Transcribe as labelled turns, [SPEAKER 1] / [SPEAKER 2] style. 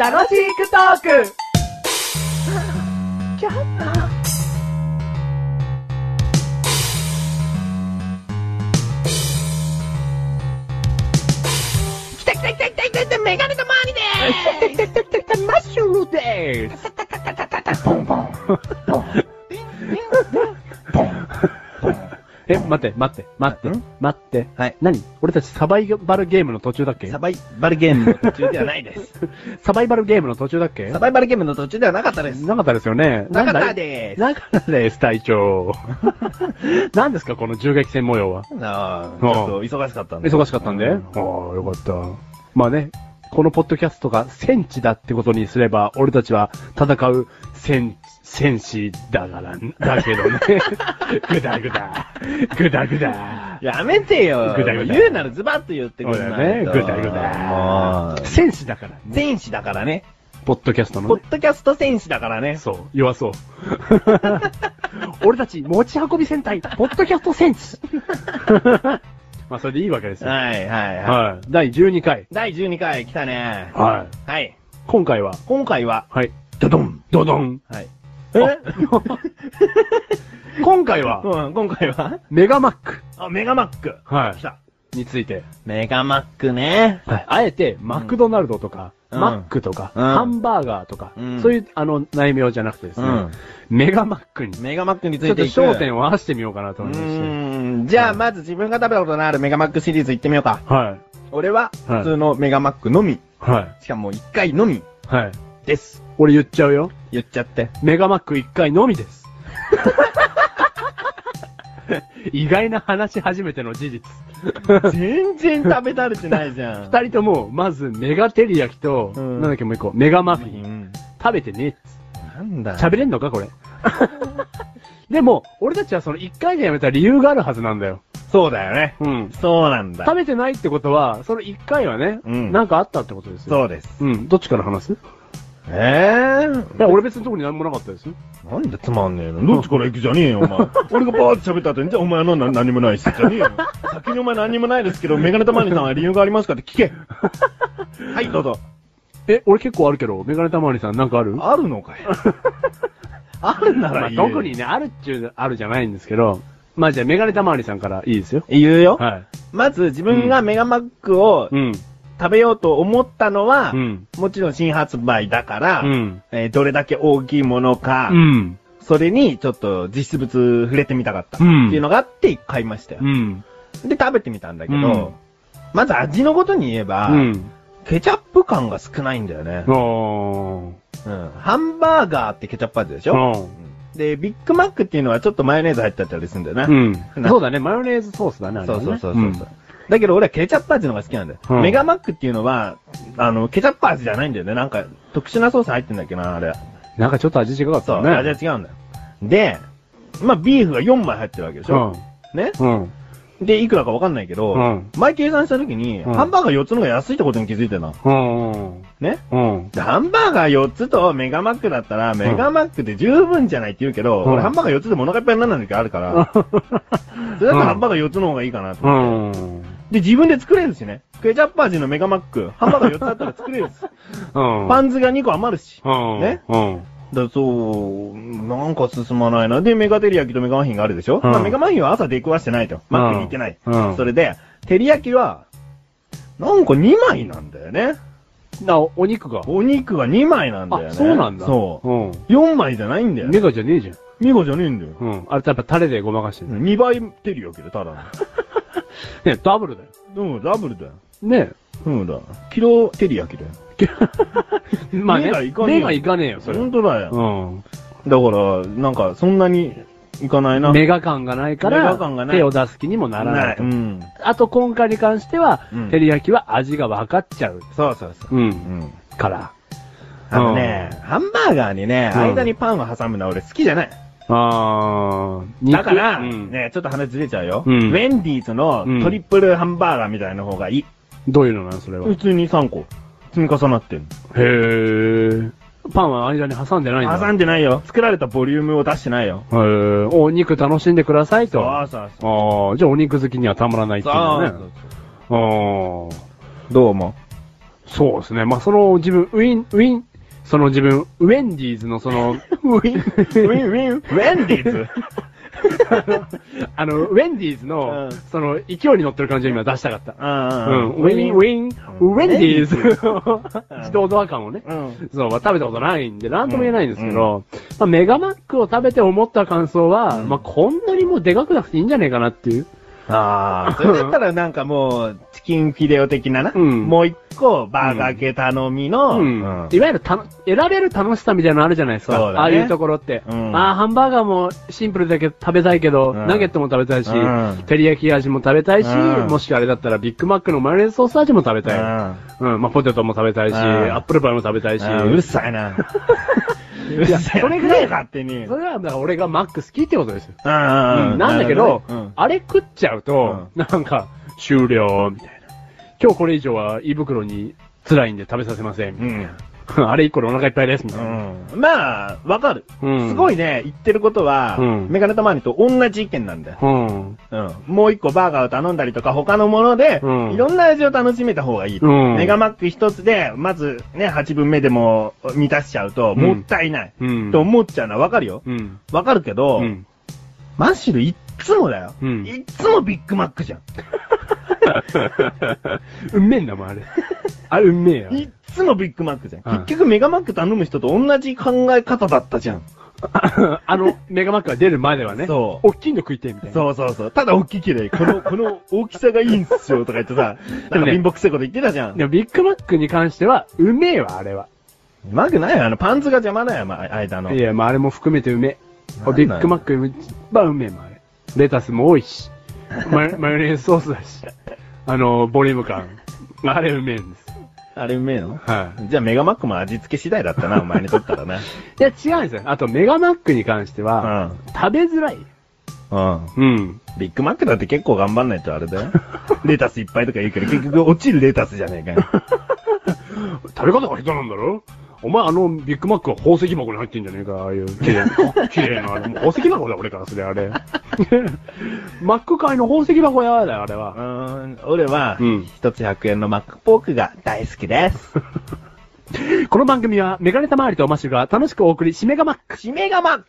[SPEAKER 1] 楽しくトーク
[SPEAKER 2] きたきたきたきたきたきたメガネとマーニーでーす
[SPEAKER 3] マッシュルでーすえ、待って、待って、待って
[SPEAKER 4] ん、
[SPEAKER 3] 待って。
[SPEAKER 4] はい。
[SPEAKER 3] 何俺たちサバイバルゲームの途中だっけ
[SPEAKER 4] サバイバルゲームの途中ではないです。
[SPEAKER 3] サバイバルゲームの途中だっけ
[SPEAKER 4] サバイバルゲームの途中ではなかったです。
[SPEAKER 3] なかったですよね。
[SPEAKER 4] なかった
[SPEAKER 3] なんだ
[SPEAKER 4] でーす。
[SPEAKER 3] なかったです、隊 長。何ですか、この銃撃戦模様は。
[SPEAKER 4] ああ、ちょっと忙しかったんで。
[SPEAKER 3] 忙しかったんで。ああ、
[SPEAKER 4] う
[SPEAKER 3] よかった。まあね、このポッドキャストが戦地だってことにすれば、俺たちは戦う戦、戦士だから、だけ どね。ぐだぐだ。ぐだぐだ。
[SPEAKER 4] やめてよ。
[SPEAKER 3] ぐだぐだ
[SPEAKER 4] 言うならズバッと言ってく
[SPEAKER 3] そう
[SPEAKER 4] れ
[SPEAKER 3] だよ
[SPEAKER 4] ない
[SPEAKER 3] ね、
[SPEAKER 4] と
[SPEAKER 3] ぐだぐ
[SPEAKER 4] も
[SPEAKER 3] だ。
[SPEAKER 4] う
[SPEAKER 3] 戦士だから、
[SPEAKER 4] 戦士だからね。
[SPEAKER 3] ポッドキャスト
[SPEAKER 4] ポ
[SPEAKER 3] のね
[SPEAKER 4] ッ。ドキャスト戦士だからね。
[SPEAKER 3] そう、弱 そう。俺たち、持ち運び戦隊、ポッドキャスト戦 士。まあ、それでいいわけですよ。
[SPEAKER 4] はいはいはい。
[SPEAKER 3] はい。第12回。
[SPEAKER 4] 第12回来たね。
[SPEAKER 3] はい。
[SPEAKER 4] はい。
[SPEAKER 3] 今回は、
[SPEAKER 4] 今回は、
[SPEAKER 3] はい。
[SPEAKER 4] ドドン。
[SPEAKER 3] ドドン。
[SPEAKER 4] はい。
[SPEAKER 3] あ 今回は、
[SPEAKER 4] うん、今回は、
[SPEAKER 3] メガマック。
[SPEAKER 4] あ、メガマック。
[SPEAKER 3] は
[SPEAKER 4] 来た。
[SPEAKER 3] い。について。
[SPEAKER 4] メガマックね。
[SPEAKER 3] はい。あえて、マクドナルドとか、
[SPEAKER 4] うん
[SPEAKER 3] マックとか、
[SPEAKER 4] うん
[SPEAKER 3] ハンバーガーとか、
[SPEAKER 4] うん
[SPEAKER 3] そういう、あの、内容じゃなくてですね、
[SPEAKER 4] うん
[SPEAKER 3] メガマックに、ち
[SPEAKER 4] メガマックにつ
[SPEAKER 3] ょっ
[SPEAKER 4] い
[SPEAKER 3] と
[SPEAKER 4] ていく。
[SPEAKER 3] 焦点を合わせてみようかなと
[SPEAKER 4] う
[SPEAKER 3] 思いまして。
[SPEAKER 4] ーん。じゃあ、まず自分が食べたことのあるメガマックシリーズ行ってみようか。
[SPEAKER 3] はい。
[SPEAKER 4] 俺は、
[SPEAKER 3] はい
[SPEAKER 4] 普通のメガマックのみ。
[SPEAKER 3] はい。
[SPEAKER 4] しかも1回のみ。
[SPEAKER 3] はい。
[SPEAKER 4] です。
[SPEAKER 3] 俺言っちゃうよ。
[SPEAKER 4] 言っちゃって。
[SPEAKER 3] メガマック1回のみです。 意外な話し始めての事実。
[SPEAKER 4] 全然食べられてないじゃ ん。
[SPEAKER 3] 二人とも、まずメガテリヤキと、
[SPEAKER 4] うん
[SPEAKER 3] なんだっけもう一個、メガマフィン。
[SPEAKER 4] 人。
[SPEAKER 3] 食べてねえっつ
[SPEAKER 4] なんだ。
[SPEAKER 3] 喋れんのかこ れ。でも、俺たちはその1回でやめた理由があるはずなんだよ。
[SPEAKER 4] そうだよね。
[SPEAKER 3] うん。
[SPEAKER 4] そうなんだ
[SPEAKER 3] 食。べてないってことは、その1回はね、
[SPEAKER 4] うん
[SPEAKER 3] なんかあったってことですよ。
[SPEAKER 4] そうです。
[SPEAKER 3] う。うん。どっちから話すい
[SPEAKER 4] えー
[SPEAKER 3] や、俺別に特に何もなかったですよ。
[SPEAKER 4] なんでつまんねえの どっちから行くじゃねえよ、お前。俺がバーって喋った後に、じゃあお前のな何もないし、じゃねえ よ。先にお前何もないですけど、メガネたまにさんは理由がありますかって聞け。 はい、どうぞ。
[SPEAKER 3] え、俺結構あるけど、メガネたまわりさんなんかある
[SPEAKER 4] あるのかい あるな
[SPEAKER 3] ま
[SPEAKER 4] ら
[SPEAKER 3] あ、
[SPEAKER 4] 言う。
[SPEAKER 3] 特にね、あるっちゅう、あるじゃないんですけど、まあじゃあメガネたまわりさんからいいですよ。
[SPEAKER 4] 言うよ。
[SPEAKER 3] はい。
[SPEAKER 4] まず自分がメガマックを
[SPEAKER 3] うん。
[SPEAKER 4] 食べようと思ったのは、
[SPEAKER 3] うん。
[SPEAKER 4] もちろん新発売だから、
[SPEAKER 3] うん。
[SPEAKER 4] えーどれだけ大きいものか、
[SPEAKER 3] うん。
[SPEAKER 4] それにちょっと実物触れてみたかった。
[SPEAKER 3] うん
[SPEAKER 4] っていうのがあって買いましたよ。
[SPEAKER 3] うん。
[SPEAKER 4] で、食べてみたんだけど、
[SPEAKER 3] うん
[SPEAKER 4] まず味のことに言えば、
[SPEAKER 3] うん。
[SPEAKER 4] ケチャップ感が少ないんだよね。
[SPEAKER 3] おー。
[SPEAKER 4] うん。ハンバーガーってケチャップ味でしょ、
[SPEAKER 3] う
[SPEAKER 4] で、ビッグマックっていうのはちょっとマヨネーズ入ってたりするんだよね。
[SPEAKER 3] ん。うん。そうだね、マヨネーズソースだね、あれ
[SPEAKER 4] そ
[SPEAKER 3] は
[SPEAKER 4] う
[SPEAKER 3] ね
[SPEAKER 4] そうそうそう。うだけど俺はケチャップ味の方が好きなんだよ、
[SPEAKER 3] うん
[SPEAKER 4] メガマックっていうのは、あの、ケチャップ味じゃないんだよね。なんか、特殊なソース入ってんだっけな、あれ。
[SPEAKER 3] なんかちょっと味違かっ
[SPEAKER 4] そ
[SPEAKER 3] た
[SPEAKER 4] う、
[SPEAKER 3] ね。
[SPEAKER 4] 味は違うんだよ。で、まあ、ビーフが4枚入ってるわけでしょ、ね
[SPEAKER 3] うん。うん。
[SPEAKER 4] で、いくらかわかんないけど、
[SPEAKER 3] うん
[SPEAKER 4] 前計算した時に、
[SPEAKER 3] うん
[SPEAKER 4] ハンバーガー4つの方が安いってことに気づいてな。
[SPEAKER 3] うん。
[SPEAKER 4] ね
[SPEAKER 3] うん。
[SPEAKER 4] でハンバーガー4つとメガマックだったら、メガマックで十分じゃないって言うけど、
[SPEAKER 3] うん
[SPEAKER 4] 俺ハンバーガー4つでもお腹いっぱいにならない時あるから、それだったらハンバーガー4つの方がいいかな と
[SPEAKER 3] う
[SPEAKER 4] 思って。
[SPEAKER 3] ん。
[SPEAKER 4] で、自分で作れるしね。ケチャップ味のメガマック、ハンバーガー4つあったら作れるし。
[SPEAKER 3] うん。
[SPEAKER 4] パンズが2個余るし。
[SPEAKER 3] うん。
[SPEAKER 4] ね
[SPEAKER 3] うん。
[SPEAKER 4] だそう、なんか進まないな。で、メガテリヤキとメガマフィンがあるでしょ、
[SPEAKER 3] うん
[SPEAKER 4] まあ、メガマフィンは朝出くわしてないと。マックに行ってない。
[SPEAKER 3] うん
[SPEAKER 4] それで、テリヤキは、なんか2枚なんだよね。
[SPEAKER 3] な、おお肉が。
[SPEAKER 4] お肉が2枚なんだよね。
[SPEAKER 3] あ、そうなんだ。。
[SPEAKER 4] そう
[SPEAKER 3] うん。
[SPEAKER 4] う。4枚じゃないんだよ
[SPEAKER 3] メ
[SPEAKER 4] ね。
[SPEAKER 3] ガじゃねえじゃん。
[SPEAKER 4] 2個じゃねえんだよ。
[SPEAKER 3] うん。あれやっぱタレでごまかしてる。
[SPEAKER 4] 2倍テリヤキだよ、ただの。
[SPEAKER 3] ね、ダブルだよ。
[SPEAKER 4] うん、ダブルだよ。
[SPEAKER 3] ね
[SPEAKER 4] うんだ。キロテリヤキだよ。
[SPEAKER 3] え。まあね。
[SPEAKER 4] 目がいかねえよ
[SPEAKER 3] 目がいかねえよ、それ。
[SPEAKER 4] 本当だよ。
[SPEAKER 3] うん。
[SPEAKER 4] だから、なんか、そんなにいかないな。
[SPEAKER 3] メガ感がないか
[SPEAKER 4] メ
[SPEAKER 3] ら
[SPEAKER 4] ガ感が、ない
[SPEAKER 3] 手を出す気にもならないと
[SPEAKER 4] う。ん。
[SPEAKER 3] あと今回に関しては
[SPEAKER 4] う、ん
[SPEAKER 3] 照り焼きは味が分かっちゃう。
[SPEAKER 4] そうそうそう。
[SPEAKER 3] う。
[SPEAKER 4] うんん。
[SPEAKER 3] から。
[SPEAKER 4] あのね、ハンバーガーにね、
[SPEAKER 3] うん
[SPEAKER 4] 間にパンを挟むのは俺好きじゃない。
[SPEAKER 3] あー。
[SPEAKER 4] だから、
[SPEAKER 3] うん
[SPEAKER 4] ね、ちょっと話ずれちゃうよ。
[SPEAKER 3] うん
[SPEAKER 4] ウェンディーズの
[SPEAKER 3] うん
[SPEAKER 4] トリプルハンバーガーみたいな方がいい。
[SPEAKER 3] どういうのなのそれは。
[SPEAKER 4] 普通に3個積み重なってる。
[SPEAKER 3] へー。パンは間に挟んでないんだ。
[SPEAKER 4] 挟んでないよ。作られたボリュームを出してないよ。
[SPEAKER 3] へー。お肉楽しんでくださいと。
[SPEAKER 4] そ
[SPEAKER 3] あ
[SPEAKER 4] うそうそう。
[SPEAKER 3] あー、じゃあお肉好きにはたまらないっていう
[SPEAKER 4] そ
[SPEAKER 3] ね。
[SPEAKER 4] う
[SPEAKER 3] ああー。
[SPEAKER 1] どう思
[SPEAKER 3] そうですね。まあ、その自分、ウィン、ウィン、その自分、ウェンディーズのその、 ウィン、ウィン、ウィン、
[SPEAKER 4] ウェンディー ズ
[SPEAKER 3] あの、ウェンディーズの、
[SPEAKER 4] うん
[SPEAKER 3] その、勢いに乗ってる感じを今出したかった。
[SPEAKER 4] あ
[SPEAKER 3] うん、ウィン、ウィン、ウェンディーズの 自動ドア感をね、
[SPEAKER 4] うん。
[SPEAKER 3] そう、まあ、食べたことないんで、なんとも言えないんですけど、まあ、メガマックを食べて思った感想は、まあ、こんなにもうでかくなくていいんじゃねえかなっていう。
[SPEAKER 4] ああ、それだったらなんかもう、チキンフィレオ的なな。
[SPEAKER 3] うん
[SPEAKER 4] もう一個、バーガー系頼みの、
[SPEAKER 3] うん。
[SPEAKER 4] うん
[SPEAKER 3] いわゆるたの、得られる楽しさみたいなのあるじゃないですか。
[SPEAKER 4] そうだね
[SPEAKER 3] ああいうところって。
[SPEAKER 4] うん
[SPEAKER 3] ああ、ハンバーガーもシンプルだけど食べたいけど、
[SPEAKER 4] うん
[SPEAKER 3] ナゲットも食べたいし、
[SPEAKER 4] うん
[SPEAKER 3] 照り焼き味も食べたいし、
[SPEAKER 4] うん
[SPEAKER 3] もしあれだったらビッグマックのマヨネーズソース味も食べたい。うん、まあ、ポテトも食べたいし、
[SPEAKER 4] うん
[SPEAKER 3] アップルパイも食べたいし。
[SPEAKER 4] うんうるさいな。うる さいな。
[SPEAKER 3] それぐらい
[SPEAKER 4] 勝手に。
[SPEAKER 3] それは、だから俺がマック好きってことですよ。
[SPEAKER 4] うん
[SPEAKER 3] うんなんだけど、
[SPEAKER 4] うん
[SPEAKER 3] あれ食っちゃうと、なんか、終了、みたいな。今日これ以上は胃袋に辛いんで食べさせません。み
[SPEAKER 4] う
[SPEAKER 3] たい
[SPEAKER 4] ん。
[SPEAKER 3] な あれ一個でお腹いっぱいです、みたいな。
[SPEAKER 4] うんまあ、わかる。
[SPEAKER 3] うん
[SPEAKER 4] すごいね、言ってることは、
[SPEAKER 3] うん
[SPEAKER 4] メガネたまにと同じ意見なんだよ。
[SPEAKER 3] うん。
[SPEAKER 4] うん。もう一個バーガーを頼んだりとか他のもので、
[SPEAKER 3] うん
[SPEAKER 4] いろんな味を楽しめた方がいい。
[SPEAKER 3] うん
[SPEAKER 4] メガマック一つで、まずね、8分目でも満たしちゃうと、
[SPEAKER 3] うん
[SPEAKER 4] もったいない。
[SPEAKER 3] うん。
[SPEAKER 4] と思っちゃうのはわかるよ。
[SPEAKER 3] うん。
[SPEAKER 4] わかるけど、
[SPEAKER 3] うん。
[SPEAKER 4] マッシュルいっつもだよ。
[SPEAKER 3] うん
[SPEAKER 4] いっつもビッグマックじゃん。
[SPEAKER 3] うんめえんだもん、あれ。あれ、うんめえよ。
[SPEAKER 4] いっつもビッグマックじゃん。
[SPEAKER 3] うん
[SPEAKER 4] 結局メガマック頼む人と同じ考え方だったじゃん。
[SPEAKER 3] あの、メガマックが出るまではね。。
[SPEAKER 4] そう
[SPEAKER 3] 大きいの食いてえみたいな。
[SPEAKER 4] そうそうそう。ただ大きいけどいい、この、 この大きさがいいんすよとか言って さ、
[SPEAKER 3] で
[SPEAKER 4] な
[SPEAKER 3] も
[SPEAKER 4] んか
[SPEAKER 3] ね
[SPEAKER 4] 貧乏くせえこと言ってたじゃん。
[SPEAKER 3] でも、ビッグマックに関しては、うめえわ、あれは。
[SPEAKER 4] うまくないよ。あの、パンツが邪魔だよ、まあ、間の。
[SPEAKER 3] いや、まあ、あれも含めてうめ
[SPEAKER 4] なんだ
[SPEAKER 3] え。ビ
[SPEAKER 4] よ
[SPEAKER 3] ッグマックより一番うめえもん、あれ。レタスも多いし、マヨマヨネーズソースだし、あの、ボリューム感。あれうめえんです。
[SPEAKER 4] あれうめえの
[SPEAKER 3] は
[SPEAKER 4] じゃあメガマックも味付け次第だ ったな、お前にとったらな。
[SPEAKER 3] い。いや、違うんですよ。あと、メガマックに関しては、食べづらい。
[SPEAKER 4] うん。うん。
[SPEAKER 3] うん。
[SPEAKER 4] ビッグマックだって結構頑張んないとあれ だよ。レタスいっぱいとか言うけど、結局落ちるレタスじゃねえかよ。
[SPEAKER 3] 食べ方が下手なんだろお前あのビッグマックは宝石箱に入ってんじゃねえか、ああいう綺麗な、綺麗な、あれもう宝石箱だ俺からすりゃあれ。 マック界の宝石箱やだよ、あれ
[SPEAKER 4] う
[SPEAKER 3] は。
[SPEAKER 4] ん、俺は
[SPEAKER 3] うん、
[SPEAKER 4] 一つ100円のマックポークが大好きです。
[SPEAKER 3] この番組はメガネタ周りとマッシュが楽しくお送り、しめがマック。
[SPEAKER 4] シメガマック